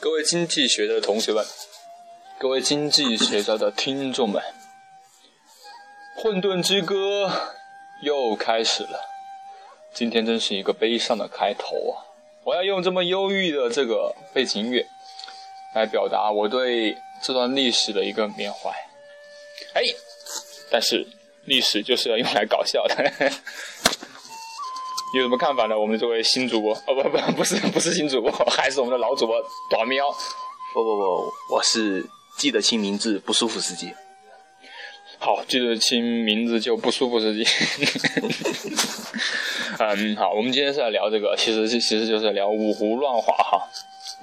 各位经济学的同学们，各位经济学家的听众们，《混沌之歌》又开始了。今天真是一个悲伤的开头啊！我要用这么忧郁的这个背景音乐，来表达我对这段历史的一个缅怀。哎，但是历史就是要用来搞笑的。 你有什么看法呢？我们这位新主播，哦不不不是不是新主播，还是我们的老主播短喵。不不不，我是记得清名字不舒服司机。好，记得清名字就不舒服自己。 嗯，好，我们今天是来聊这个，其实是其实就是聊五胡乱华哈。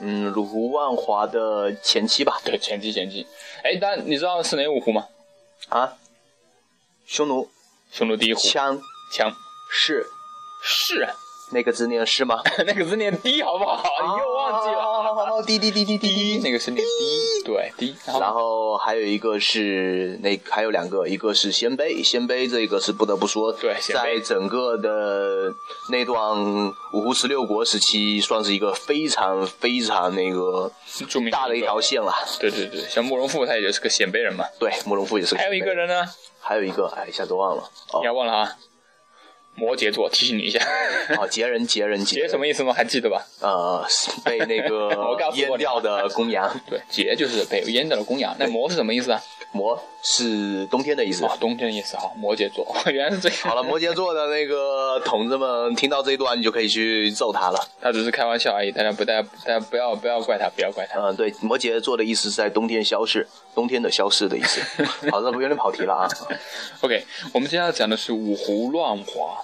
嗯，鲁湖万华的前妻吧？对，前期前期。哎，但你知道是哪五胡吗？啊，匈奴、匈奴第一胡，羌、强是是啊那个字念是吗？ 那个字念低，好不好？啊你 又忘记 了。哦了？滴滴滴滴低滴。那个是念低，对低。然 然后后还有一个是那还有两个，一个是鲜卑，鲜卑这个是不得不说，对鲜卑在整个的那段五胡十六国时期，算是一个非常非常那个著名大的一条线了。对对对，像慕容复他也就是个鲜卑人嘛。对，慕容复也是。还有一个，人呢，还有一个，哎，一下子忘了。哦你，还忘了啊？摩羯座，提醒你一下， 哦，杰人，杰人，羯杰人什么意思吗？还记得吧？呃，是被那 我个告诉我阉掉的公羊。对，羯就是被阉掉的公羊。那摩是什么意思啊？魔是冬天的意思。哦，冬天的意思哈。摩羯座， 原来是这个。好了，摩羯座的那个同志们听到这一段，你就可以去揍他了。他只是开玩笑而已，大家不，大家大家不要不要怪他，不要怪他。嗯、对，摩羯座的意思是在冬天消逝，冬天的消逝的意思。 好，这不有点跑题了啊。 OK，我们接下来讲的是五胡乱华。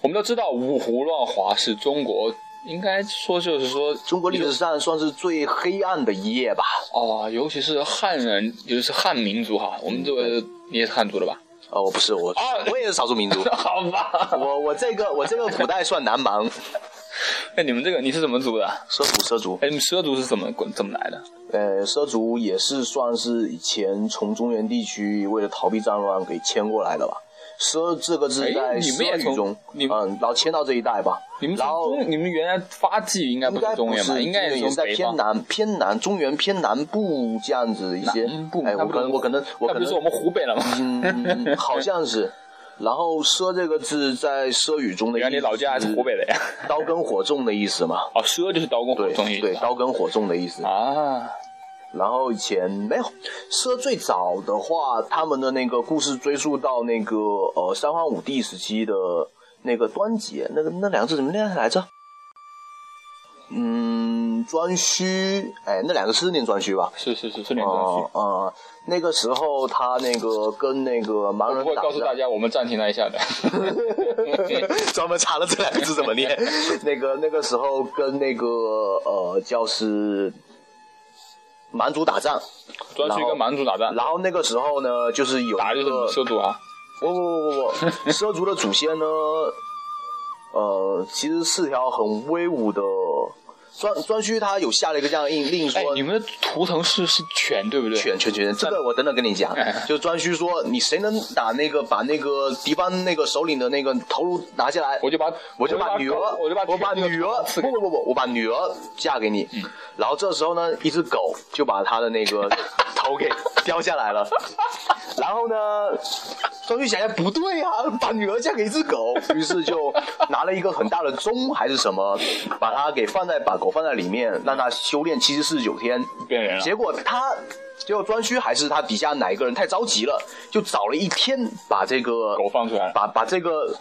我们都知道五胡乱华是中国，应该说就是说中国历史上算是最黑暗的一页吧？哦，尤其是汉人，尤其是汉民族哈。我们这个你也是汉族的吧？哦，我不是，啊我我也是少数民族。嗯好吧。我我这个我这个古代算南蛮，那哎你们这个你是怎么族的啊？奢族奢族。哎，你们畲族是怎么怎么来的？呃，畲族也是算是以前从中原地区为了逃避战乱给迁过来的吧。畲这个字哎在你们也畲从语中，你嗯，然后迁到这一带吧。你们然从后中，你们原来发迹应该不应该中原吧？是应该也从是在北偏方。南偏南中原偏南部这样子一些。南部哎，那我不可能我可能我那可不是我能们湖北了吗？嗯，好像是。然后畲这个字在畲语中的意原 思，来你老家还是湖北的呀？刀耕火种的意思嘛。 哦，畲就是刀工火嗯对种意思对，刀耕火种的意思。啊。然后以前没有，畲最早的话，他们的那个故事追溯到那个呃三皇五帝时期的那个端节，那个那两个字怎么念来着？嗯，颛顼，哎，那两个是念颛顼吧？是是是是连庄哦区。、呃，那个时候他那个跟那个盲我人不会打告诉仗大家我们暂停了一下的。专门查了这两个字怎么念。那个那个时候跟那个呃叫是蛮族打仗，专区跟蛮族打仗，然后那个时候呢，就是有打的一就是你个们畲族啊。不不不不 不，畲族的祖先呢，呃，其实是条很威武的。颛颛顼他有下了一个这样的印令说哎，，你们的图腾是是犬对不对？犬犬犬，这个我等等跟你讲。哎就颛顼说，你谁能打那个把那个敌方那个首领的那个头颅拿下来，我就把我就把女儿，我就把我把嗯女儿赐不给不不不，我把女儿嫁给你。然后这时候呢，一只狗就把他的那个头给叼下来了。然后呢，颛顼想想不对啊，把女儿嫁给一只狗，于是就拿了一个很大的钟还是什么，把它给放在把狗放在里面，让它修炼七十四十九天。变人了。结果他，结果颛顼还是他底下哪一个人太着急了，就找了一天把这个狗放出来了。把把这个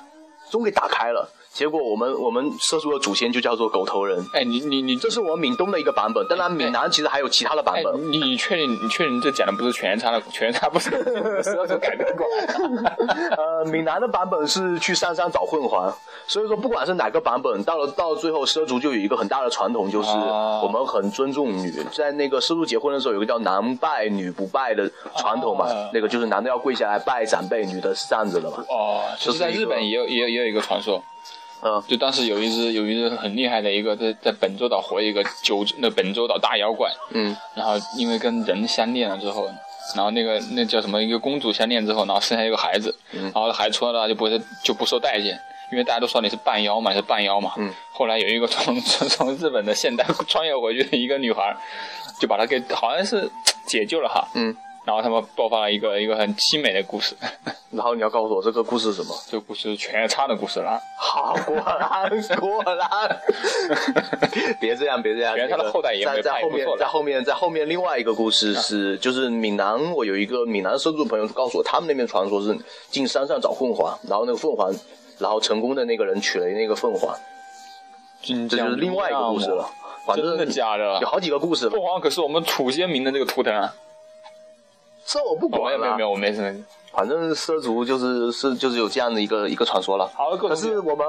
钟给打开了。结果我们我们畲族的祖先就叫做狗头人，哎，你你你这是我们闽东的一个版本。当然，闽南其实还有其他的版哎，本。你你确定你确定这讲的不是全差的全差不是 舌头改变过 来的？呃，闽南的版本是去山上找混环，所以说不管是哪个版本，到了到最后畲族就有一个很大的传统，就是啊我们很尊重女，在那个畲族结婚的时候有一个叫男拜女不拜的传统嘛，啊那个就是男的要跪下来拜长辈，女的站着的嘛。哦，就是在这是一日个本也有也有也有一个传说，嗯，就当时有一只有一只很厉害的一个在在本州岛活一个九那本州岛大妖怪，嗯，然后因为跟人相恋了之后，然后那个嗯那叫什么一个公主相恋之后，然后生下一个孩子，然后孩子出来了就不是就不受待见，因为大家都说你是半妖嘛，你是半妖嘛。嗯。后来有一个从 从从日本的现代穿越回去的一个女孩，就把她给好像是解救了哈。嗯。然后他们爆发了一个一个很凄美的故事，然后你要告诉我这个故事是什么？这个故事全差的故事了。好，果然果 然，别这样别这样。原来他的后代也在没在派后不面错，在了。后面，在后面另外一个故事是，就是闽南，我有一个闽南深圳朋友告诉我，他们那边传说是进山上找凤凰，然后那个凤凰，然后成功的那个人娶了那个凤凰，这这就是另外一个故事了。反正真的假的有好几个故事吧凤，凰可是我们土先民的这个图腾啊！这我不哦没管有没有了没。有，我没什么。反正畲族就是是就是有这样的一个一个传说了。好各种可是我们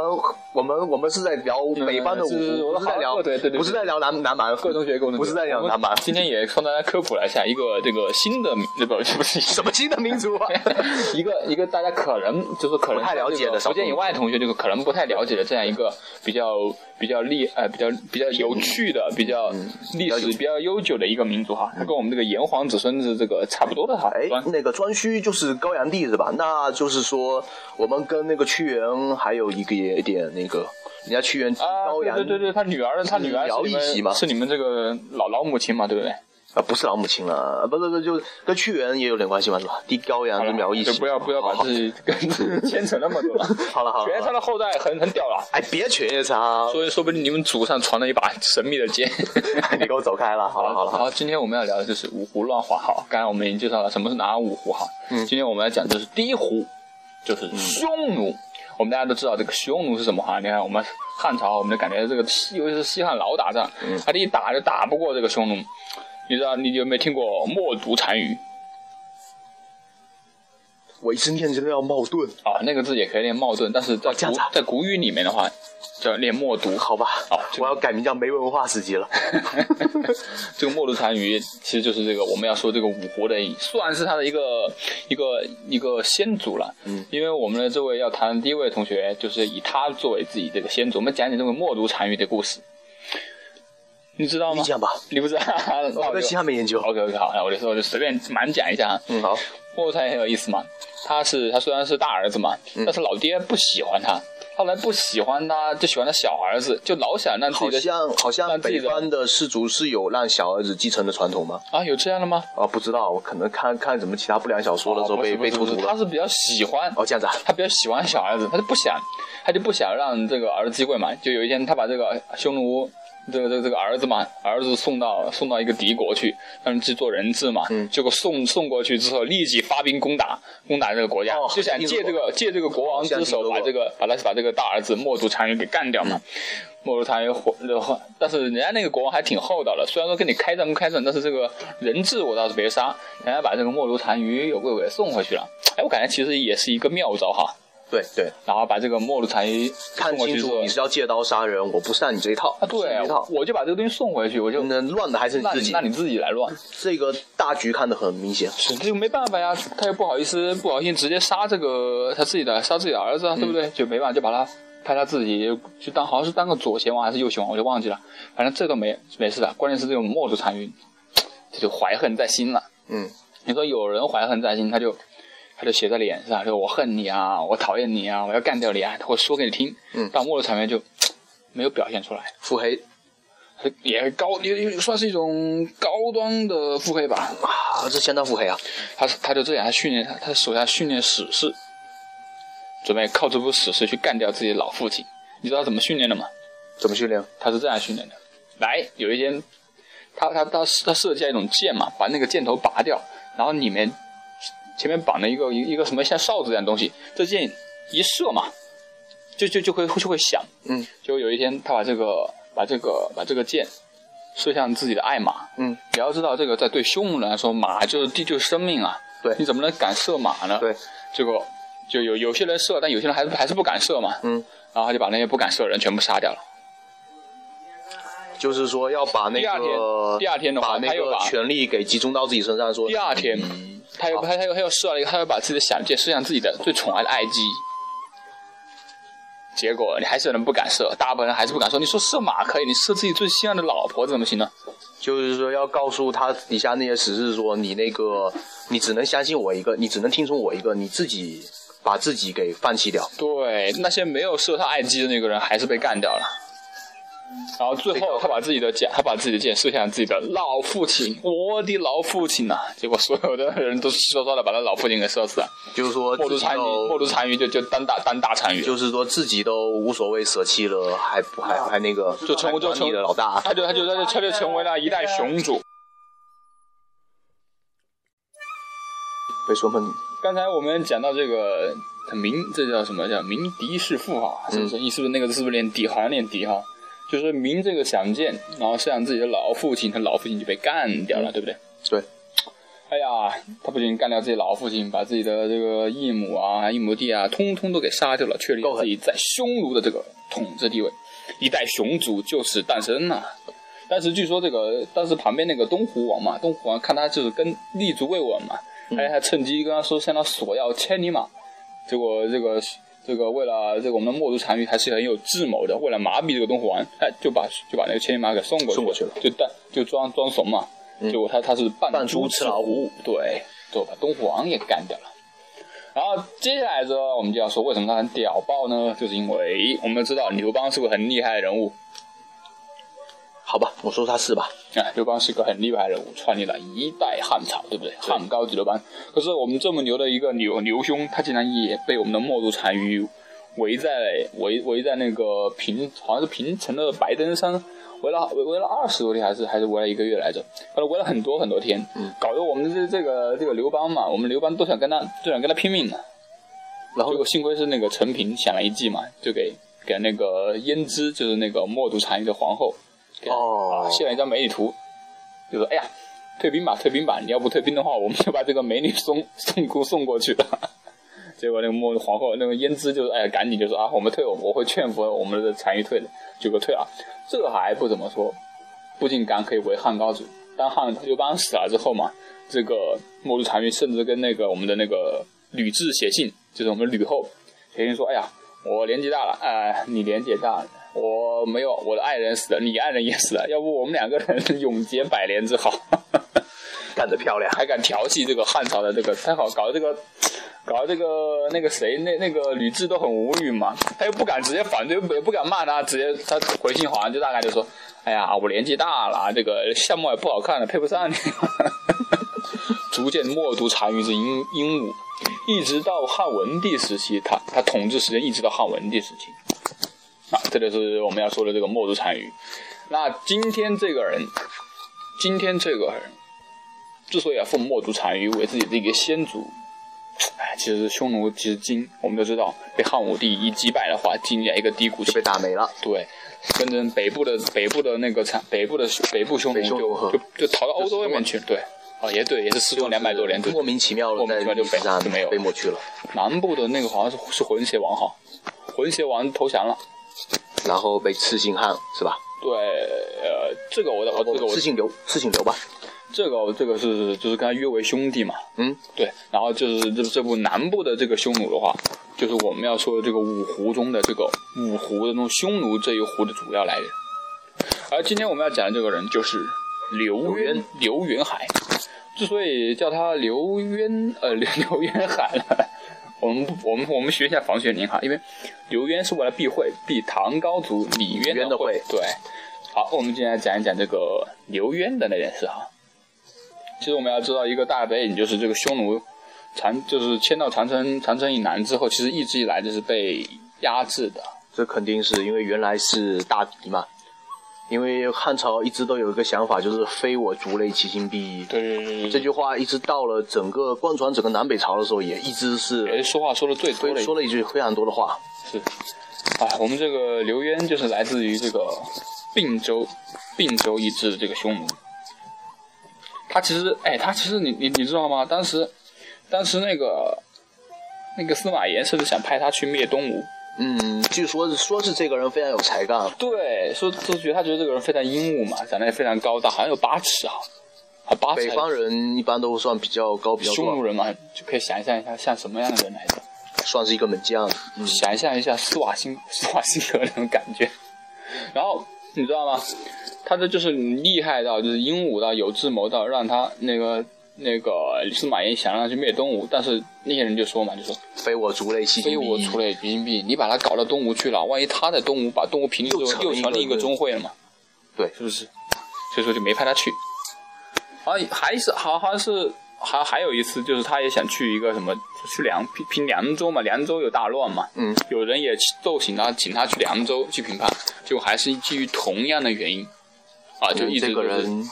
我们我们是在聊北方的嗯是五，不是在聊好对对对不是在聊南南蛮，各位同学，各位同学，不是在聊我南们蛮，今天也帮大家科普了一下一个这个新的，呃不不是 什么新的民族啊？一个一个大家可能就是可能不太了解的福建以外的同学，就是可能不太了解的这样一个比较比较历呃比较比较有趣的、比较历史比较悠久的一个民族哈，它跟我们这个炎黄子孙是这个差不多的哈。哎，那个颛顼就是高阳帝是吧？那就是说我们跟那个屈原还有一个一点那个，人家屈原啊，高对阳对对对，他女儿他女儿辽是一你席们嘛是你们这个老老母亲嘛，对不对？啊不是老母亲了，啊不不不，就跟屈原也有点关系嘛是吧？帝高阳好跟苗裔就不要不要把好自己跟 牵扯那么多了。 好了好了全，好他的了后代很很屌了，哎别瘸他，所以 说不定你们祖上传了一把神秘的 剑。你给我走开了，好了好了好然后了，今天我们要聊的就是五胡乱华哈，刚才我们已经介绍了什么是哪五胡哈。嗯，今天我们要讲就是第一胡，就是匈奴。嗯我们大家都知道这个匈奴是什么哈？你看我们汉朝，我们就感觉这个西，尤其是西汉老打仗，嗯他这一打就打不过这个匈奴。你知道你有没有听过默读单于我一直念着要冒顿，啊？那个字也可以念冒顿，但是在这样古子啊在古语里面的话叫念默读。 好吧好这，个我要改名叫没文化司机了。这个默读单于其实就是这个我们要说这个五胡的，算是他的一个一个一个先祖了。嗯，因为我们的这位要谈的第一位同学，就是以他作为自己这个先祖。我们讲讲这个默读单于的故事，你知道吗你？讲吧，你不知道？那我我对西就汉没研究。 OK OK 好，那我就说我就随便蛮讲一下啊。嗯，好，莫才很有意思嘛，他是他虽然是大儿子嘛，嗯但是老爹不喜欢他，后来不喜欢他就喜欢他小儿子，就老想让自己好的像好像让自己北的方的氏族是有让小儿子继承的传统吗？啊有这样的吗？啊，不知道，我可能看看什么其他哦不良小说的时候不是被不是被突不突是了他。是比较喜欢，哦，这样子啊，他比较喜欢小儿子，他就不想，他就不想让这个儿子继位嘛。就有一天，他把这个匈奴这个这个这个儿子嘛，儿子送到送到一个敌国去，让人去做人质嘛。嗯结果送送过去之后，立即发兵攻打攻打这个国家，哦就想借这个借这个国王之手把这个把他把这个大儿子默读单于给干掉嘛。默读单于活，但是人家那个国王还挺厚道的，虽然说跟你开战归开战，但是这个人质我倒是没杀，人家把这个默读单于有贵给送回去了。哎，我感觉其实也是一个妙招哈。对对，然后把这个末路单于看送过去清之楚后你是要借刀杀人，我不上你这一套。啊，上你这一对套，，嗯我就把这个东西送回去，我就那乱的还是你那自你己那。你自己来乱，这个大局看得很明显。是这个没办法呀，他又不好意思不好心直接杀这个他自己的杀自己的儿子，啊，对不对？就没办法，就把他派他自己去当好像是当个左贤王还是右贤王，我就忘记了，反正这都没没事的，关键是这种末路单于，这就怀恨在心了。嗯，你说有人怀恨在心，他就他就写在脸上，就我恨你啊，我讨厌你啊，我要干掉你啊，我说给你听。嗯但末路单于就没有表现出来。腹黑也高也也算是一种高端的腹黑吧。啊，这相当腹黑啊。他他就这样，他训练他他手下训练史事，准备靠这部史事去干掉自己的老父亲。你知道他怎么训练的吗？怎么训练？他是这样训练的：来，有一天，他他他他设计了一种箭嘛，把那个箭头拔掉，然后里面前面绑了一个一个一个什么像哨子一样的东西，这箭一射嘛，就就就会就会响。嗯，就有一天他把这个把这个把这个箭射向自己的爱马。嗯，你要知道这个在对匈奴人来说，马就是地就是生命啊。对你怎么能敢射马呢？对，结果就有有些人射，但有些人还是还是不敢射嘛。嗯，然后他就把那些不敢射的人全部杀掉了。就是说要把那第二天个第二天的话把那他又个把权力给集中到自己身上，说第二天，嗯他又他他又他又射了一个，他又把自己的想箭射向自己的最宠爱的爱姬。结果你还是有人不敢射，大部分人还是不敢射。你说射马可以，你射自己最心爱的老婆怎么行呢？就是说要告诉他底下那些史事说，你那个你只能相信我一个，你只能听从我一个，你自己把自己给放弃掉。对，那些没有射他爱姬的那个人还是被干掉了。然后最后他把自己的箭，他把自己的箭射向自己的老父亲，我的老父亲呐、结果所有的人都嗖嗖的把他老父亲给射死了，就是说末自路己单于，末都，路单于就就单打单打单于，就是说自己都无所谓舍弃了，还不还还那个啊就成还就管成你的老大。他就他就他就他就成为了一代雄主。被说梦刚才我们讲到这个鸣，这叫什么叫鸣笛是父哈？嗯是不是？你是不是那个是不是连笛好像连笛哈？就是鸣这个响箭，然后射向自己的老父亲，他老父亲就被干掉嗯了，对不对？对，哎呀，他不仅干掉自己老父亲，把自己的这个义母啊、义母弟啊，通通都给杀掉了，确立够狠自己在匈奴的这个统治地位，一代雄族就此诞生了。但是据说这个当时旁边那个东胡王嘛，东胡王看他就是跟立足未稳嘛，嗯哎，还趁机跟他说向他索要千里马，结果这个这个为了这个我们的默读单于还是很有智谋的，为了麻痹这个东胡王，哎，就把就把那个千里马给送过去，送过去了，就当就装装怂嘛，结果他他是嗯扮扮猪猪吃老虎，对，就把东虎王也干掉了。然后接下来之后，我们就要说为什么他很屌爆呢？就是因为我们知道刘邦是个很厉害的人物，好吧，我说他是吧？啊，刘邦是个很厉害的人物，创立了一代汉朝，对不对？汉高祖刘邦。可是我们这么牛的一个刘刘兄，他竟然也被我们的末路单于围在围围在那个平，好像是平城的白登山，围了围围了二十多天，还是还是围了一个月来着，反正围了很多很多天，嗯搞得我们这这个这个刘邦嘛，我们刘邦都想跟他都想跟他拼命呢。然后结果幸亏是那个陈平想了一计嘛，就给给那个胭脂，就是那个默读单于的皇后，给她哦啊，献了一张美女图，就说：“哎呀，退兵吧，退兵吧！你要不退兵的话，我们就把这个美女送送过送过去了。” 结果那个莫皇后那个胭脂就是哎呀，赶紧就说啊，我们退，我我会劝服我们的单于退的，结果退了。这还不怎么说，不仅敢可以为汉高祖，当汉刘邦死了之后嘛，这个末路单于甚至跟那个我们的那个吕雉写信，就是我们吕后写信说，哎呀，我年纪大了，哎、你年纪也大了。我没有，我的爱人死了，你爱人也死了，要不我们两个人 永结百年之好。干得漂亮，还敢调戏这个汉朝的这个，太好搞得这个，搞得这个那个谁，那那个吕雉都很无语嘛，他又不敢直接反对，也不敢骂他，直接他回信好像就大概就说，哎呀，我年纪大了，啊这个相貌也不好看了，配不上你。 逐渐默读单于之英英武，一直到汉文帝时期，他他统治时间一直到汉文帝时期。啊，这就是我们要说的这个默读单于。那今天这个人，今天这个人，之所以要奉默读单于为自己的一个先祖，哎，其实匈奴其实今我们都知道，被汉武帝一击败的话，进入了一个低谷期就被。打没了。对，跟着北部的北部的那个残北部的北部匈奴北匈奴就和就就逃到欧洲那边去了。对，哦也对，也是失踪两百多年。对莫名其妙莫的名在其妙历就被史上就没有被抹去了。南部的那个好像是是混血王哈，混血王投降了。然后被赤信汉是吧？对，呃，这个我的我这个我赤信刘，赤信刘吧？这个这个是就是跟他约为兄弟嘛，嗯，对，然后就是这这部南部的这个匈奴的话，就是我们要说的这个五胡中的这个五胡的那种匈奴这一胡的主要来源。而今天我们要讲的这个人就是刘渊，刘渊海。之所以叫他刘渊，呃，刘 刘渊海了，我们不我们我们学一下房玄龄哈，因为刘渊是为了避讳，避唐高祖李渊渊的的讳讳。对，好，我们今天来讲一讲这个刘渊的那件事哈。其实我们要知道一个大背景，就是这个匈奴长就是迁到长城长城以南之后，其实一直以来就是被压制的。这肯定是因为原来是大敌嘛。因为汉朝一直都有一个想法，就是非我族类，其心必异。对对对这句话一直到了整个贯穿整个南北朝的时候，也一直哎，是说话说的最多说的一说了一句非常多的话。是，啊，我们这个刘渊就是来自于这个并州，并州一支的这个匈奴。他其实，哎，他其实你你你知道吗？当时，当时那个那个司马炎甚至想派他去灭东吴。嗯，据说是说是这个人非常有才干，对，说就觉得他觉得这个人非常英武嘛，长得也非常高大，好像有八尺啊，啊八尺北还是。方人一般都算比较高，比较匈奴壮，人嘛，就可以想象一下像什么样的人来着。算是一个门将。嗯，想象一下斯瓦辛 斯瓦辛格那种感觉。 然后你知道吗？他这就是厉害到，就是英武到，有智谋到，让他那个那个李司马懿想让他去灭东吴，但是那些人就说嘛，就说非我族类，其心非必我异族类，于心必异。你把他搞到东吴去了，万一他在东吴把东吴平定之又后，成又一成个立一个对宗会了嘛？对是不是？所以说就没派他去。啊，还是好好像是还还有一次，就是他也想去一个什么去凉平平凉州嘛，凉州有大乱嘛，嗯，有人也奏请他请他去凉州去评判，就还是基于同样的原因啊，就一直嗯这个都是人，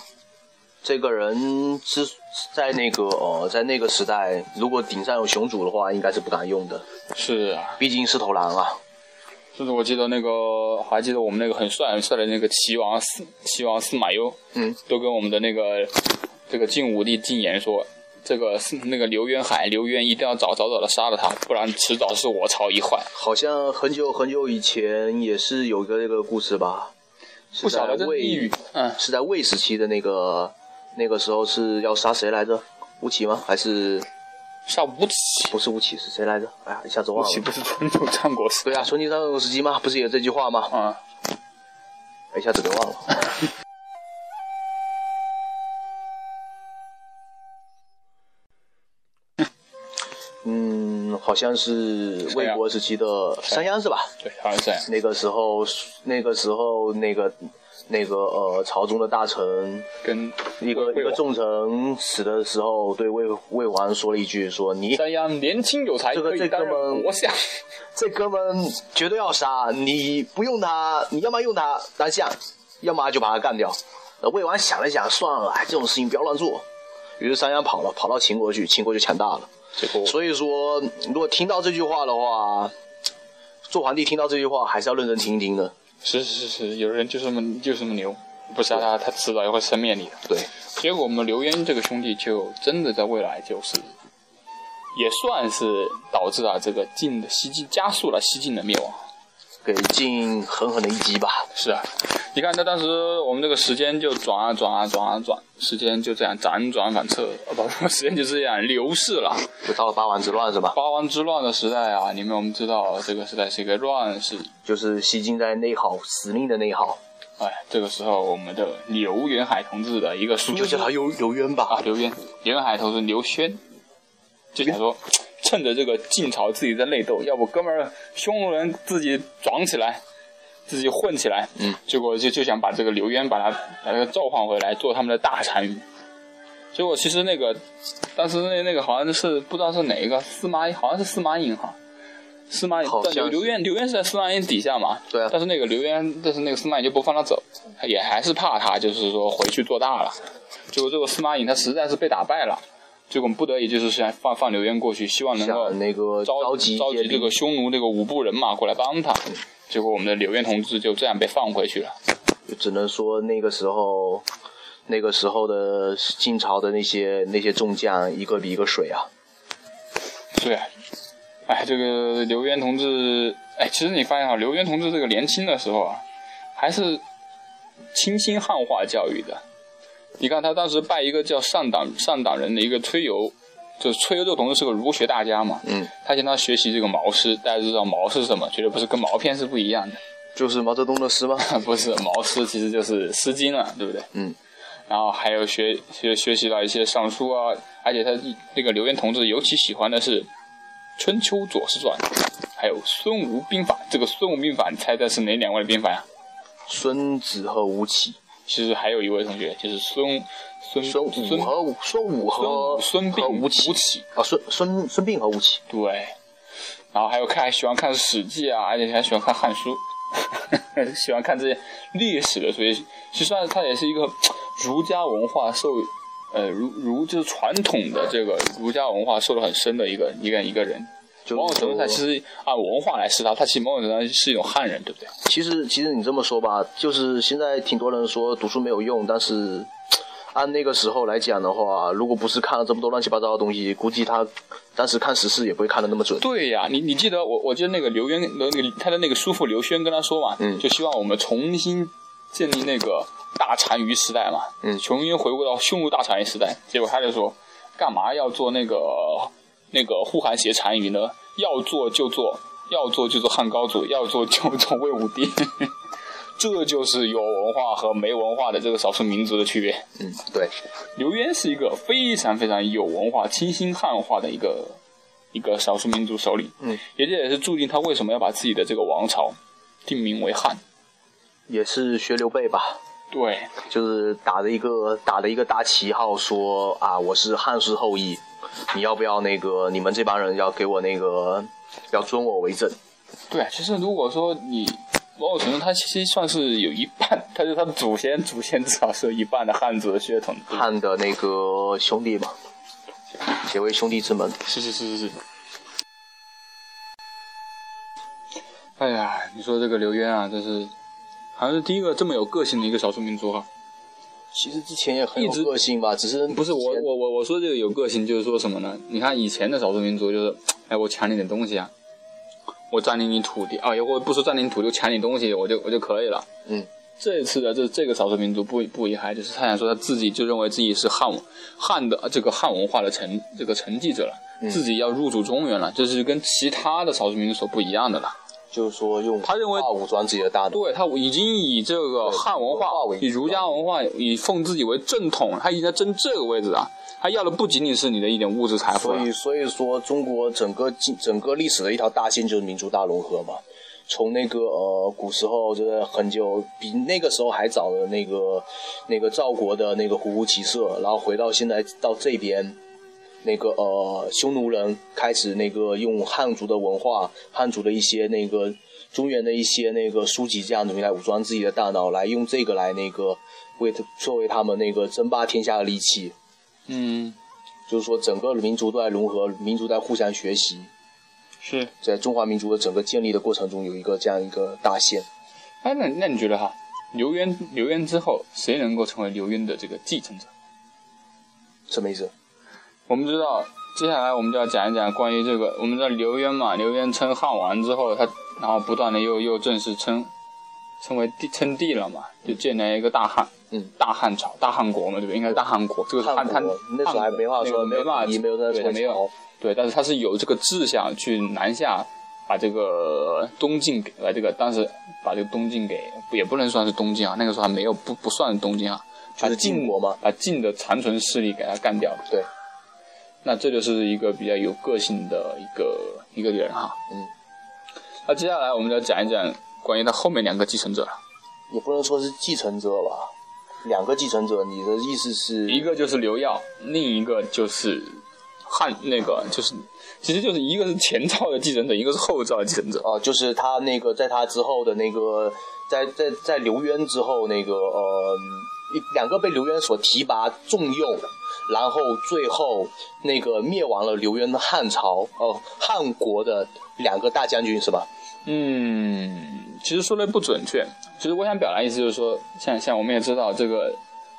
这个人之在那个呃，在那个时代，如果顶上有雄主的话，应该是不敢用的，是啊，毕竟是头狼啊。就是我记得那个，还记得我们那个很帅很帅的那个齐王司齐王司马攸，嗯，都跟我们的那个这个晋武帝进言说，这个司那个刘渊海刘渊一定要早早早的杀了他，不然迟早是我朝一患。好像很久很久以前也是有一个这个故事吧，不是晓在得这一魏语，嗯，是在魏时期的那个那个时候是要杀谁来着？吴起吗？还是杀吴起，不是吴起是谁来着？哎呀，一下子吴忘起了。不是春秋战国时代对啊，春秋战国时期嘛，不是有这句话吗？啊，一下子给忘了。 嗯，好像是魏国时期的商鞅是吧？对，好像是这样。那个时候，那个时候，那个那个呃，朝中的大臣，跟一个魏一个王重臣死的时候，对魏魏王说了一句说：“你商鞅年轻有才，这个可以这担哥们任国相。这哥们绝对要杀，你不用他，你要么用他当相，要么就把他干掉。呃魏王想了想，算了，哎，这种事情不要乱做。于是商鞅跑了，跑到秦国去，秦国就强大了。结果所以说，如果听到这句话的话，做皇帝听到这句话还是要认真听一听的。是是是，有人就这么就这么牛，不杀他，他迟早也会生灭你的。对，结果我们刘渊这个兄弟就真的在未来就是，也算是导致啊这个晋的西晋加速了西晋的灭亡。给晋狠狠的一击吧。是啊，你看他当时我们这个时间就转啊转啊转啊转，时间就这样辗转反侧，呃不，时间就这样流逝了。 就到了八王之乱是吧？八王之乱的时代啊，你们我们知道这个时代是一个乱世，就是西晋在内耗，死命的内耗，哎，这个时候我们的刘元海同志的一个叔你就叫叔他游游渊吧。啊，刘渊，刘渊海投资刘轩，就想说，趁着这个晋朝自己在内斗，要不哥们儿匈奴人自己装起来，自己混起来，嗯，结果就就想把这个刘渊把他把他召唤回来做他们的大单于。结果其实那个，当时那那个好像是不知道是哪一个司马懿，好像是司马懿哈。司马懿好，像但刘是刘渊，刘渊是在司马懿底下嘛？对啊但是那个刘渊，但是那个司马懿就不放他走，也还是怕他，就是说回去做大了。结果这个司马懿他实在是被打败了，结果不得已就是想放放刘渊过去，希望能够想那个召召集一召些集这兵个匈奴这个五部人马过来帮他。结果我们的刘渊同志就这样被放回去了。就只能说那个时候，那个时候的晋朝的那些那些众将，一个比一个水啊。对，啊哎，这个刘渊同志，哎，其实你发现啊，刘渊同志这个年轻的时候啊，还是清新汉化教育的。你看他当时拜一个叫上党上党人的一个崔游，就是崔游这个同志是个儒学大家嘛，嗯，他向他学习这个毛诗，大家知道毛是什么，绝对不是跟毛片是不一样的。就是毛泽东的诗吗？ 不是毛诗，其实就是《诗经》了，对不对？嗯。然后还有学学学习了一些《尚书》啊，而且他那个刘渊同志尤其喜欢的是《春秋左氏传》，还有《孙吴兵法》。这个《孙吴兵法》，你猜猜是哪两位的兵法呀、 孙子和吴起，其实还有一位同学，就是孙孙孙孙武和吴孙武和孙孙和膑吴起啊，孙孙孙膑和吴起。对，然后还有看还喜欢看《史记》啊，而且还喜欢看《汉书》，喜欢看这些历史的，所以其实算是它也是一个儒家文化受，呃儒儒就是传统的这个儒家文化受的很深的一个一个一个人。就某种程度上，其实按文化来说，他他其实某种程度上是一种汉人，对不对？其实其实你这么说吧，就是现在挺多人说读书没有用，但是按那个时候来讲的话，如果不是看了这么多乱七八糟的东西，估计他当时看时事也不会看的那么准。对呀、你你记得我我记得那个刘渊那个他的那个叔父刘轩跟他说嘛，嗯就希望我们重新建立那个大单于时代嘛，嗯重新回归到匈奴大单于时代。结果他就说，干嘛要做那个那个呼韩邪单于呢？要做就做，要做就做汉高祖，要做就做魏武帝。 这就是有文化和没文化的这个少数民族的区别。嗯，对，刘渊是一个非常非常有文化、清新汉化的一个一个少数民族首领。嗯，也这也是注定他为什么要把自己的这个王朝定名为汉。也是学刘备吧，对，就是打了一个打了一个大旗号说，啊，我是汉室后裔，你要不要那个你们这帮人要给我那个要尊我为正？对，其实如果说你某种程度，他其实算是有一半，他是他的祖先，祖先至少是有一半的汉族的血统。对吧汉的那个兄弟嘛，结为兄弟之盟。 是是是是是。哎呀，你说这个刘渊啊，真是好像是第一个这么有个性的一个少数民族哈、其实之前也很有一直个性吧，只是不是我之前我我我说这个有个性，就是说什么呢？你看以前的少数民族就是，哎，我抢你点东西啊，我占领你土地啊，也或者不说占领土地，我抢你东西，我就我就可以了。嗯，这次的这这个少数民族不不遗憾，就是他想说他自己就认为自己是汉汉的这个汉文化的承这个承继者了，自己要入主中原了，这、是跟其他的少数民族所不一样的了。就是说用他认为化武装自己的大脑，对他已经以这个汉文化文化为、以儒家文化、以奉自己为正统，他已经在争这个位置啊。他要的不仅仅是你的一点物质财富所了以，所以说中国整个进整个历史的一条大线就是民族大融合嘛。从那个呃古时候就是很久比那个时候还早的那个那个赵国的那个胡服骑射，然后回到现在到这边，那个呃匈奴人开始那个用汉族的文化、汉族的一些那个中原的一些那个书籍这样的东西来武装自己的大脑，来用这个来那个为作为他们那个争霸天下的利器。嗯，就是说整个民族都在融合，民族在互相学习，是。在中华民族的整个建立的过程中，有一个这样一个大线。哎，那那你觉得哈，刘渊刘渊之后，谁能够成为刘渊的这个继承者？什么意思？我们知道，接下来我们就要讲一讲关于这个，我们知道刘渊嘛，刘渊称汉王之后，他然后不断的又又正式称称为帝称帝了嘛，就建立一个大汉，嗯，大汉朝、大汉国嘛，对不对？应该是大汉国，这个是汉汉汉国那时候还没话那个说，没有办法统一，没有在对没有对，但是他是有这个志向去南下，把这个东晋给，把这个当时把这个东晋给，也不能算是东晋啊，那个时候还没有不不算东晋啊，就把是晋国嘛。把晋的残存势力给他干掉了。对，那这就是一个比较有个性的一个一个人哈。嗯。那接下来我们就要讲一讲关于他后面两个继承者了，也不能说是继承者吧，两个继承者，你的意思是？一个就是刘曜，另一个就是汉那个就是，其实就是一个是前赵的继承者，一个是后赵的继承者。哦，就是他那个在他之后的那个，在在在刘渊之后那个呃，一两个被刘渊所提拔重用，然后最后那个灭亡了刘渊的汉朝哦、汉国的两个大将军是吧？嗯，其实说的不准确。其实我想表达意思就是说，像像我们也知道，这个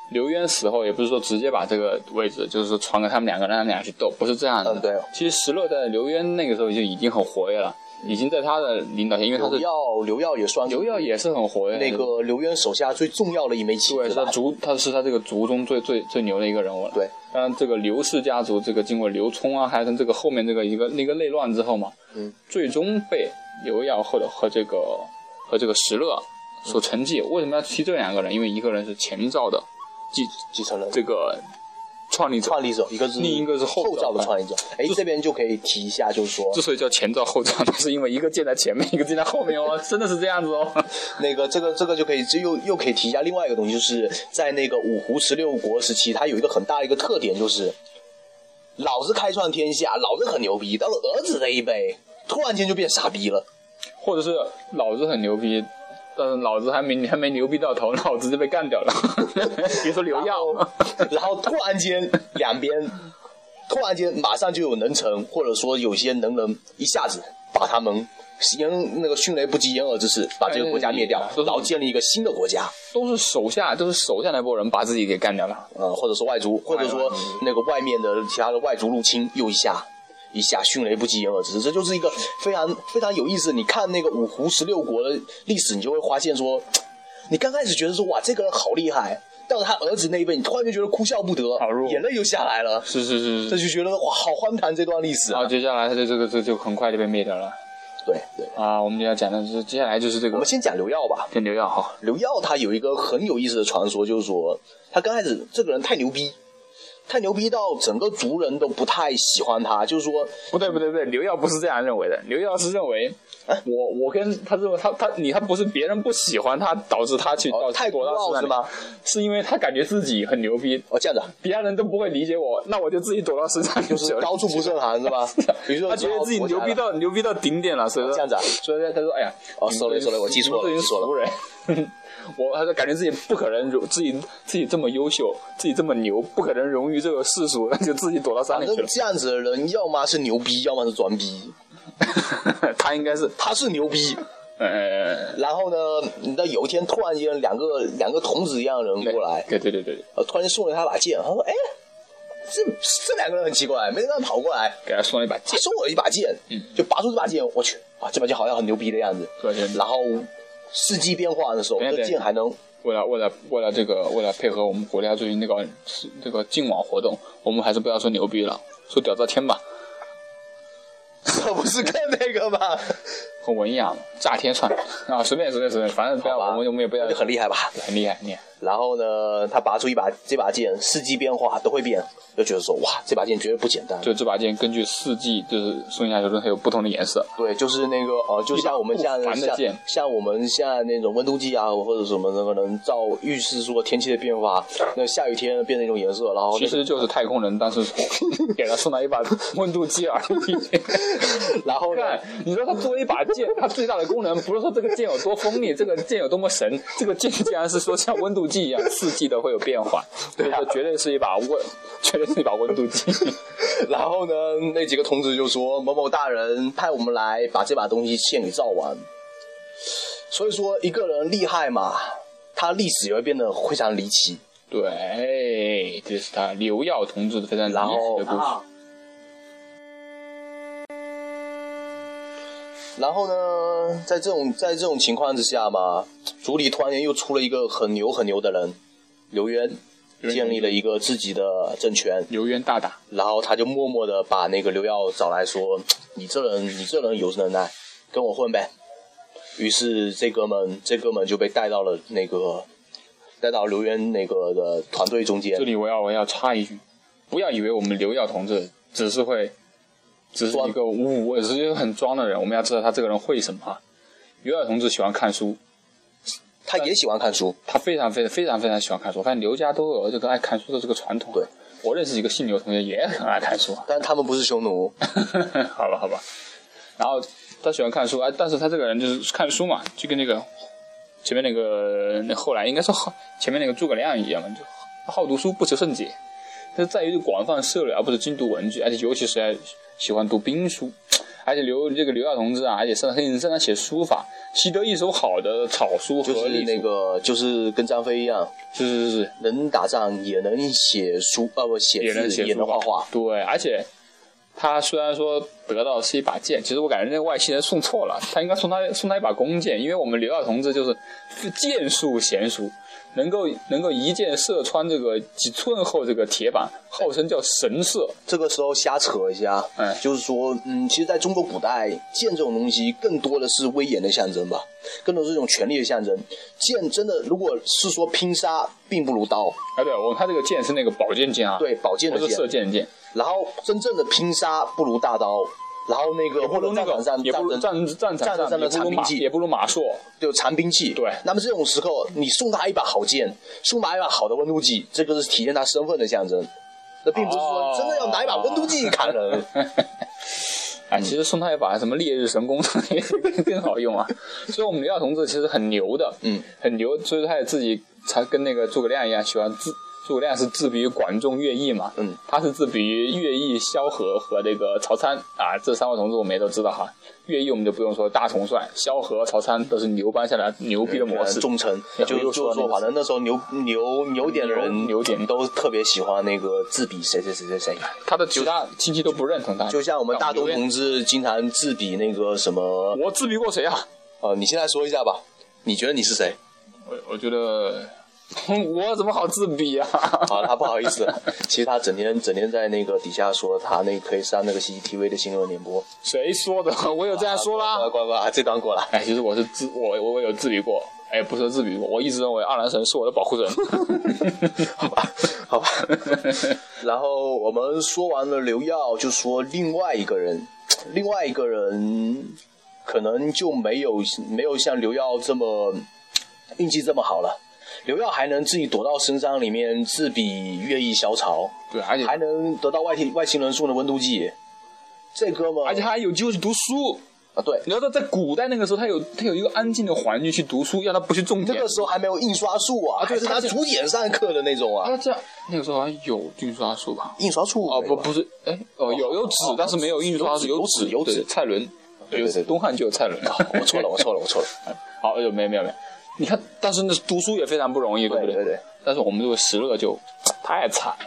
刘渊死后也不是说直接把这个位置就是说传给他们两个，让他们俩去斗，不是这样的。嗯对其实石勒在刘渊那个时候就已经很活跃了，已经在他的领导下，因为他刘是耀刘耀也算是刘曜也是很活跃的那个刘渊手下最重要的一枚棋对，子是他吧？族，他是他这个族中最最最牛的一个人物了。对，当然这个刘氏家族，这个经过刘聪啊，还有这个后面这个一个那个内乱之后嘛，嗯，最终被刘曜或者和这个和这个石勒所承继。为什么要提这两个人？因为一个人是前赵的继继承人这个创立者，创立者，一个是另一个是后后赵赵的派创立者。哎，这边就可以提一下，就是说之所以叫前赵后赵，那是因为一个建在前面，一个建在后面哦，真的是这样子哦。那个这个这个就可以这又又可以提一下另外一个东西，就是在那个五胡十六国时期，它有一个很大的一个特点，就是老子开创天下，老子很牛逼，到了儿子这一辈，突然间就变傻逼了。 或者是老子很牛逼，但是老子还没 还没牛逼到头，老子就被干掉了。 比如说刘然耀，后然后突然间两边，突然间马上就有能臣，或者说有些能人一下子把他们。掩那个迅雷不及掩耳之势，把这个国家灭掉哎，然后建立一个新的国家，都是手下，都是手下那波人把自己给干掉了。呃，或者是外族，嗯或者说那个外面的其他的外族入侵，又一下一下迅雷不及掩耳之势，这就是一个非常非常有意思。你看那个五胡十六国的历史，你就会发现说，你刚开始觉得说哇这个人好厉害，到了他儿子那一辈，你突然就觉得哭笑不得好弱，眼泪就下来了，是是是嗯这。就觉得哇好荒唐这段历史然啊后！接下来他就这个这就很快就被灭掉了。对对，啊，我们要讲的是接下来就是这我个们先讲刘耀吧。电流药哈，刘耀他有一个很有意思的传说，就是说他刚开始这个人太牛逼，太牛逼到整个族人都不太喜欢他，就是说不对不对不对，刘耀不是这样认为的，刘耀是认为。 我我跟他认为他他你他不是别人不喜欢他导致他去到、哦太躲到孤斯坦傲是利吗？是因为他感觉自己很牛逼，哦这样子啊，其他人都不会理解我，那我就自己躲到身上就就是高处不胜寒是吧？ 比如说啊他觉得自己牛逼 到牛逼到顶点了，所以说这样子啊所以说他说哎呀，哦，sorry，sorry，我记错了我记错了人， 我他就感觉自己不可能容自己自己这么优秀，自己这么牛，不可能容于这个世俗，那就自己躲到山反里正去了。这样子的人，要么是牛逼，要么是装逼。 他应该是他是牛逼，呃，然后呢，你知道有一天突然间两个两个童子一样的人过来，对对对对，对呃，突然间送了他把剑，他说：“哎，这这两个人很奇怪，没人让他跑过来，给他送了一把他剑，收我一把剑，就拔出这把剑，我去啊，这把剑好像很牛逼的样子嗯对对。对然后世纪变化的时候，对对这剑还能为了为了为了这个为了配合我们国家最近那个这个净网活动，我们还是不要说牛逼了，说屌炸天吧，这 不是更那个吗？很文雅嘛，炸天算了啊，随便随便随便，反正不要，好吧我们我们也不要那就很厉害吧？很厉害，很厉害。然后呢，他拔出一把这把剑，世纪变化都会变，就觉得说哇，这把剑绝对不简单。就这把剑根据四季，就是松下求生，它有不同的颜色。对，就是那个呃，就像我们一把像不凡的剑像像我们现在那种温度计啊，或者什么的，可能照预示说天气的变化，那下雨天变成一种颜色，然后其实就是太空人，但 是给他送来一把温度计而已。然后呢，看，你说他作为一把剑，它最大的功能不是说这个剑有多锋利，这个剑有多么神，这个剑竟然是说像温度计一样，四季的会有变化，对啊这绝对是一把温，绝对是一把温度 计。 然后呢，那几个童子就说某某大人派我们来把这把东西献给赵王。所以说，一个人厉害嘛，他历史也会变得非常离奇。对，这是他刘耀同志非常然后啊离奇的故事。然后呢，在这种在这种情况之下嘛，族里突然间又出了一个很牛很牛的人，刘渊，渊建立了一个自己的政权。刘渊大大，然后他就默默的把那个刘耀找来说：“你这人，你这人有能耐，跟我混呗。”于是这哥们，这哥们就被带到了那个，带到刘渊那个的团队中间这。里我要我要插一句，不要以为我们刘耀同志只是会，只是一个武，只是一个很装的人。我们要知道他这个人会什么啊。刘耀同志喜欢看书，他也喜欢看书，他非常非常非常非常喜欢看书。我发现刘家都有这个爱看书的这个传统。对，我认识几个姓刘同学也很爱看书。啊但他们不是匈奴。 好吧，好吧。然后他喜欢看书，哎，但是他这个人就是看书嘛，就跟那个前面那个那后来应该是好前面那个诸葛亮一样嘛，就好读书不求甚解，这在于广泛涉猎，而不是精读文句，而且尤其是还喜欢读兵书。而且刘这个刘耀同志啊，而且擅长擅长写书法，习得一手好的草书就和是隶那书，个，就是跟张飞一样，是是是是，能打仗，也能写书，呃，不写字，也能写也能书画画。对，而且他虽然说得到是一把剑，其实我感觉那个外星人送错了，他应该送他送他一把弓箭，因为我们刘耀同志就是剑术娴熟，能够能够一箭射穿这个几寸厚这个铁板，号称叫神射。这个时候瞎扯一下，哎就是说，嗯，其实在中国古代，剑这种东西更多的是威严的象征吧，更多是一种权力的象征。剑真的，如果是说拼杀，并不如刀，哎，对，我他这个剑是那个宝剑剑啊，，对，宝剑不的是剑。射箭剑，然后真正的拼杀不如大刀，然后那个不或如者那战个场上也不如战争战战战场场上也不上的如残兵马器也不如马槊，就残兵器。对那么这种时候，你送他一把好剑，送他一把好的温度计，这个是体现他身份的象征。那并不是哦说真的要拿一把温度计砍人， 嗯哎，其实送他一把什么烈日神功 也更好用啊。所以我们刘耀同志其实很牛的，嗯，很牛，所以他也自己才跟那个诸葛亮一样喜欢自。诸葛亮是自比于管仲、乐毅嘛，嗯，他是自比于乐毅、萧何和那个曹参啊，这三位同志我们也都知道哈。乐毅我们就不用说，大统帅，萧何、曹参都是牛班下来牛逼的模式，呃忠诚，然后就又就说是那说，个反正那时候牛牛牛点的人，牛牛点啊都特别喜欢那个自比谁谁谁谁谁，他的其他亲戚都不认同他。就像我们大东同志经常自比那个什么，我自比过谁啊？呃，你现在说一下吧，你觉得你是谁？我我觉得 我怎么好自比啊？好了，他不好意思， 其实他整天整天在那个底下说他那可以上那个 CCTV 的新闻联播。谁说的？我有这样说啦 乖？乖乖，这段过来。哎，其实我是自我我我有自比过，哎，不是自比过，我一直认为二郎神是我的保护 神。好吧，好吧。然后我们说完了刘耀，就说另外一个人，另外一个人可能就没有没有像刘耀这么运气这么好了。刘耀还能自己躲到深山里面自比乐意小草，对，而且还能得到外星外星人送的温度计。这哥们儿，而且他还有机会去读书。啊，对，你要知道，在古代那个时候，他有他有一个安静的环境去读书，让他不去种那田个。时候还没有印刷术啊，啊对还是拿而且竹简上课的那种啊。啊，这样那个时候好像有印刷术吧？印刷术啊哦，不对吧不是，哎，哦有有纸，但是没有印刷术，有纸纸有纸对蔡伦，对对有对对东汉就有 蔡伦。我错了，我错了，我错了。好，呃没有没有没有，你看，但是那读书也非常不容易，对不对对对，但是我们这个石勒就太惨了，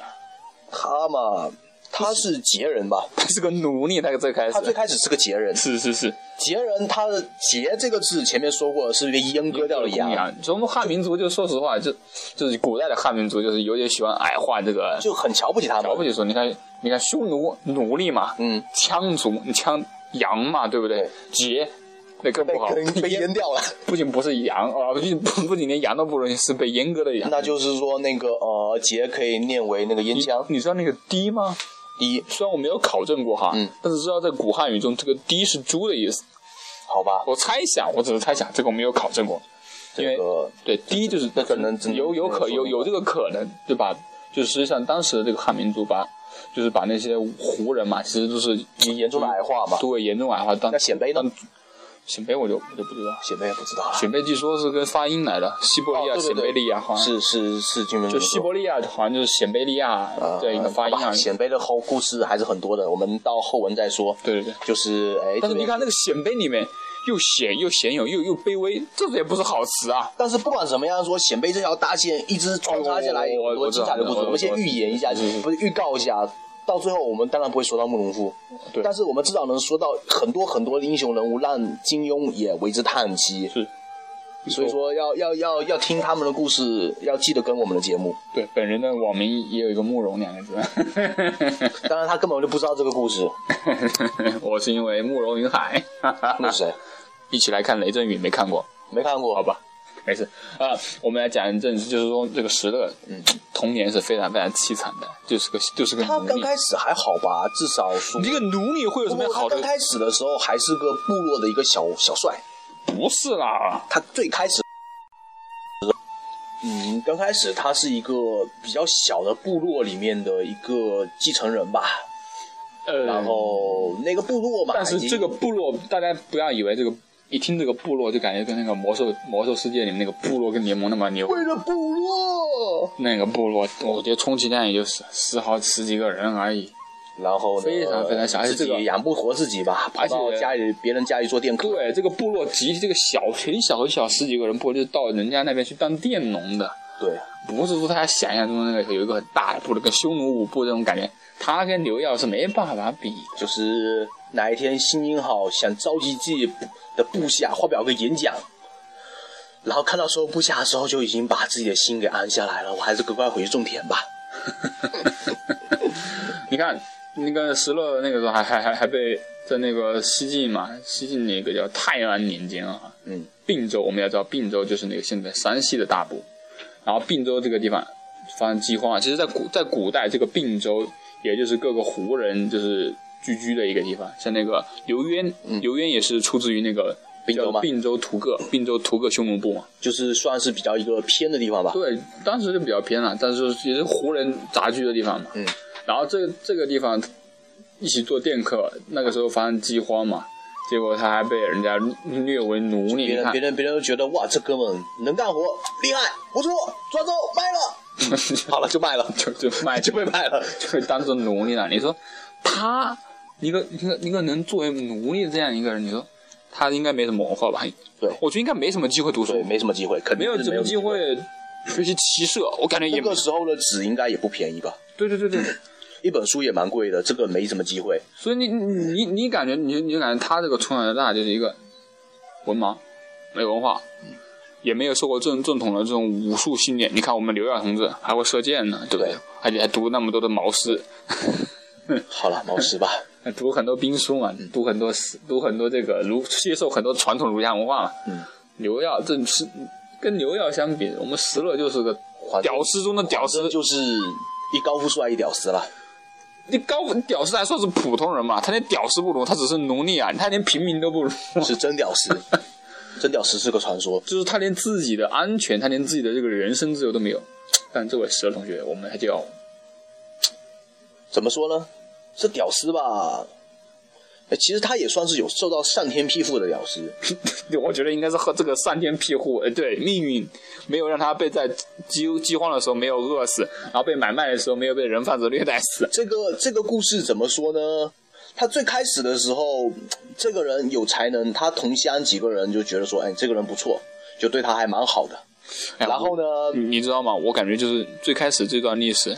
他嘛，他是杰人吧？ 他是个奴隶，他最开他最始。开始是个杰人，是是是，杰人他的“杰”这个字前面说过是被阉割掉的公羊，羊。所以我们汉民族就说实话，就就是古代的汉民族，就是有点喜欢矮化这个就很瞧不起他瞧不们。起说，你看，你看匈奴奴隶嘛，嗯，羌族你羌羊嘛，对不对？桀那更被不好，被被阉掉了，不仅不是羊啊，不仅不不仅连羊都不容易，是被阉割的羊。那就是说那个呃，杰可以念为那个阉羌你知道那个“氐”吗？一，虽然我没有考证过哈，嗯但是知道在古汉语中，这个“氐”是猪的意思。好吧？我猜想，我只是猜想，这个我没有考证过，因这为个对“氐”就是这可能真的有有可有有这个可能，对吧？就实际上当时的这个汉民族把，就是把那些胡人嘛，其实都是你严重的矮化嘛？都会严重矮化。当那鲜卑呢当鲜卑我就我就不知道，姐妹也不知道了，鲜卑据说是跟发音来的，西伯利亚、哦对对鲜对卑利亚，好像是是是，金门就西伯利亚好像就是鲜卑利亚啊这样一个发音啊而已。鲜卑的后故事还是很多的，我们到后文再说。对对对。就是哎，但是这边你看那个鲜卑里面，又显又显有又又卑微，这也不是好词啊。但是不管怎么样说，鲜卑这条大线一直穿插下来，哦我有很多精彩的故我知嗯道事。我们先预言一下，不是预告一下，到最后我们当然不会说到慕容复，对但是我们至少能说到很多很多的英雄人物，让金庸也为之叹息。是，所以说要要要要听他们的故事，要记得跟我们的节目。对本人的网名也有一个慕容两个字， 当然他根本就不知道这个故事，我是因为慕容云海， 那是谁？一起来看雷震宇没看过，没看过，好吧，没事啊、我们来讲正事，就是说这个石勒，嗯，童年是非常非常凄惨的，就是个就是个他奴刚隶。开始还好吧，至少说你。这个奴隶会有什不么过好他的刚？开始的时候还是个部落的一个小小帅，不是啦，他最开始，嗯，刚开始他是一个比较小的部落里面的一个继承人吧，呃，然后那个部落嘛，但是已经这个部落，大家不要以为这个一听这个部落就感觉跟那个魔兽魔兽世界里面那个部落跟联盟那么牛。为了部落，那个部落，我觉得充其量也就十十好十几个人而已。然后呢非常非常小而且自这个己养不活自己吧，跑而且到家里别人家里做电工，对，这个部落集这个小很小很小十几个人部落，就是到人家那边去当佃农的，对，不是说他想象中的那个有一个很大的部落，跟匈奴五部这种感觉，他跟刘耀是没办法比的。就是哪一天心情好，想召集自己的部下发表个演讲，然后看到所有部下的时候，就已经把自己的心给安下来了，我还是赶快回去种田吧。 你看那个石勒那个时候还还还还被在那个西晋嘛，西晋那个叫泰安年间啊，嗯，并州我们要知道，并州就是那个现在山西的大部，然后并州这个地方发生饥荒啊，其实在古在古代这个并州，也就是各个胡人就是聚居的一个地方，像那个刘渊，刘渊也是出自于那个。嗯并州吗并州图各，并州图各匈奴部嘛，就是算是比较一个偏的地方吧。对，当时就比较偏了，但是也是胡人杂居的地方嘛。嗯。然后这这个地方一起做佃客，那个时候发生饥荒嘛，结果他还被人家虐为奴隶。别你人看别，人别人都觉得哇，这哥们能干活，厉害，不错，抓周卖了， 好了就卖了，就就卖 就被卖了。就被当做奴隶了。你说他一个一个一个能作为奴隶的这样一个人，你说他应该没什么文化吧？对我觉得应该没什么机会读书对，，没什么机会，肯没定有是什么机。会学习骑射，我感觉也那个时候的纸应该也不便宜吧，对对对对。一本书也蛮贵的，这个没什么机会。所以你你你你感觉你你就感觉他这个从小到大就是一个文盲，没文化，也没有受过正正统的这种武术训练。你看我们刘耀同志还会射箭呢，对不对？对而且还读那么多的毛诗，好了，毛 诗吧，还读很多兵书嘛，读很多诗，读很多这个儒，接受很多传统儒家文化嘛。嗯，刘耀这是跟刘耀相比，我们石勒就是个黄屌丝中的屌丝这，就是一高富帅一屌 丝了。你高屌丝还算是普通人嘛？他连屌丝不如，他只是奴隶啊，他连平民都不如。是真屌丝，真屌丝是个传说。就是他连自己的安全，他连自己的这个人身自由都没有。但这位石头同学，我们还就要怎么说呢？是屌丝吧？哎，其实他也算是有受到上天庇护的屌丝。我觉得应该是和这个上天庇护，呃，对，命运没有让他被在饥饥荒的时候没有饿死，然后被买卖的时候没有被人贩子虐待死。这个这个故事怎么说呢？他最开始的时候，这个人有才能，他同乡几个人就觉得说，哎，这个人不错，就对他还蛮好的。哎然后呢，你你知道吗？我感觉就是最开始这段历史，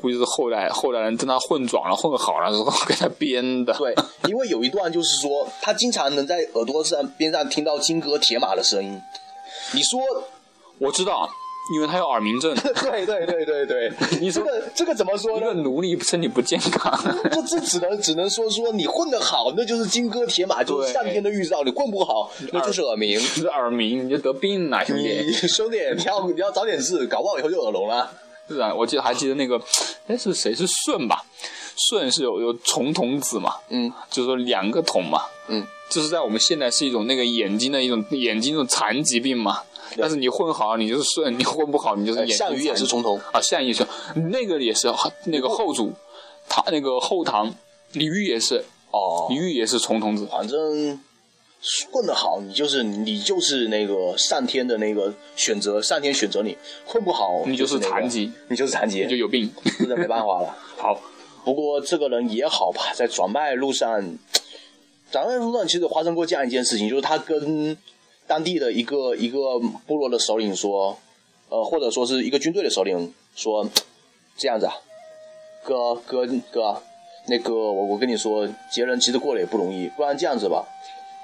估计是后来后来人跟他混爽了、混好了之后给他编的。对，因为有一段就是说，他经常能在耳朵上边上听到金戈铁马的声音。你说，我知道，因为他有耳鸣症， 对对对对对，你这说个这个怎么说一呢个？奴隶身体不健康。 这这只能只能说说你混得好，那就是金戈铁马，就是上天的预兆；你混不好，那就是耳鸣。你的耳鸣，你就得病了，兄弟。你兄弟，你要你要早点治，搞不好以后就耳聋了。是啊，我记得还记得那个，哎是谁是舜吧？舜是有有重瞳子嘛，嗯就是说两个瞳嘛，嗯，就是在我们现在是一种那个眼睛的一种眼睛这种残疾病嘛。但是你混好，你就是舜； 你混不好，你就是眼睛项哎羽也残疾是重瞳，啊，项羽是那个也是那个后主，他那个后唐李煜也是，哦李，煜也是重瞳子。反正混得好，你就是你就是那个上天的那个选择，上天选择你；混不好，你就是那个残疾，你就是残疾就，有病。 真的没办法了。好，不过这个人也好吧，在转卖路上，转卖路上其实发生过这样一件事情，就是他跟当地的一个一个部落的首领说，呃，或者说是一个军队的首领说，呃这样子啊，哥哥哥，那呃个我我跟你说，杰人其实过得也不容易，不然这样子吧。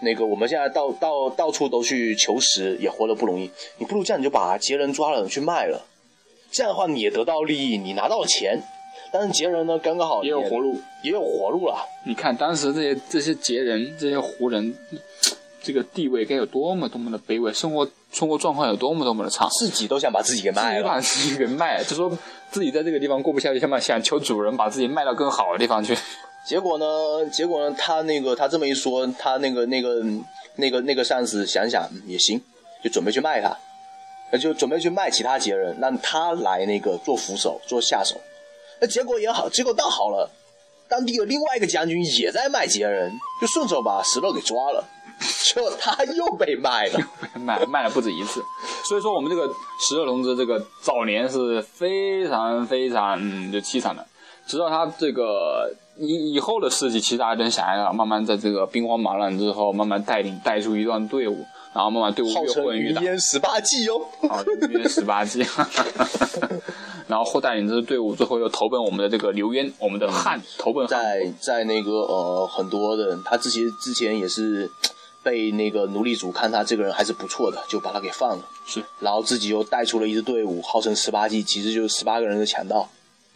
那个，我们现在到到到处都去求食，也活得不容易。你不如这样，你就把杰人抓了去卖了，这样的话你也得到利益，你拿到了钱。但是杰人呢，刚刚好也有活路。也有活路了。你看当时这些这些杰人、这些胡人，这个地位该有多么多么的卑微，生活生活状况有多么多么的差，自己都想把自己给自卖己 了。把自己给卖，就说自己在这个地方过不下去，想把想求主人把自己卖到更好的地方去。结果呢，结果呢，他那个他这么一说，他那个那个那个那个上司想想嗯也行，就准备去卖他，那就准备去卖其他杰人，让他来那个做扶手、做下手。那结果也好，结果倒好了，当地有另外一个将军也在卖杰人，就顺手把石头给抓了，结果他又被卖了。卖卖了不止一次，所以说我们这个石头同志这个早年是非常非常嗯就凄惨的，直到他这个以以后的事迹，其实大家都想象慢慢在这个兵荒马乱之后，慢慢带领带出一段队伍，然后慢慢队伍号越称混越云大，烟十八计哟、啊，约十八计， 然后后带领这支队伍最后又投奔我们的这个刘渊，我们的汉投奔汉。在在那个呃很多的人，他之前之前也是被那个奴隶主看他这个人还是不错的，就把他给放了。是，然后自己又带出了一支队伍，号称十八骑，其实就是十八个人的强盗。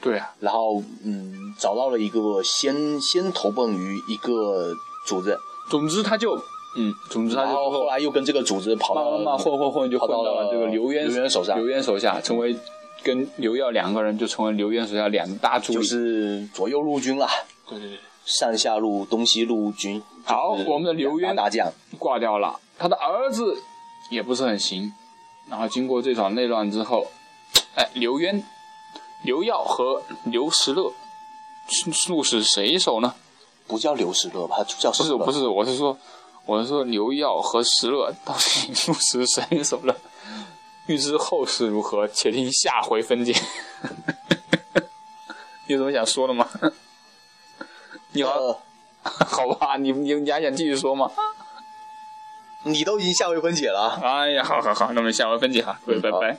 对啊，然后嗯，找到了一个先先投奔于一个组织，总之他就嗯，总之他然就后后来又跟这个组织跑慢到慢慢慢混混混就混到跑了到这个刘渊刘渊手上刘渊手下成为跟刘耀两个人就成为刘渊手下两大助就力。是左右陆军啦，对对对。上下路东西路军。好，就是我们的刘两渊大大将，挂掉了，他的儿子也不是很行。然后经过这场内乱之后，哎，刘渊、刘耀和刘石勒鹿死谁手呢？不叫刘石勒吧，他叫不石是勒。不是，我是说，我是说刘耀和石勒到底鹿死谁手了？欲知后事如何，且听下回分解。 你有什么想说的吗？你好，呃，好吧，你你你还想继续说吗？你都已经下回分解了啊。啊哎呀，好好好，那我们下回分解哈，各位，嗯拜好拜。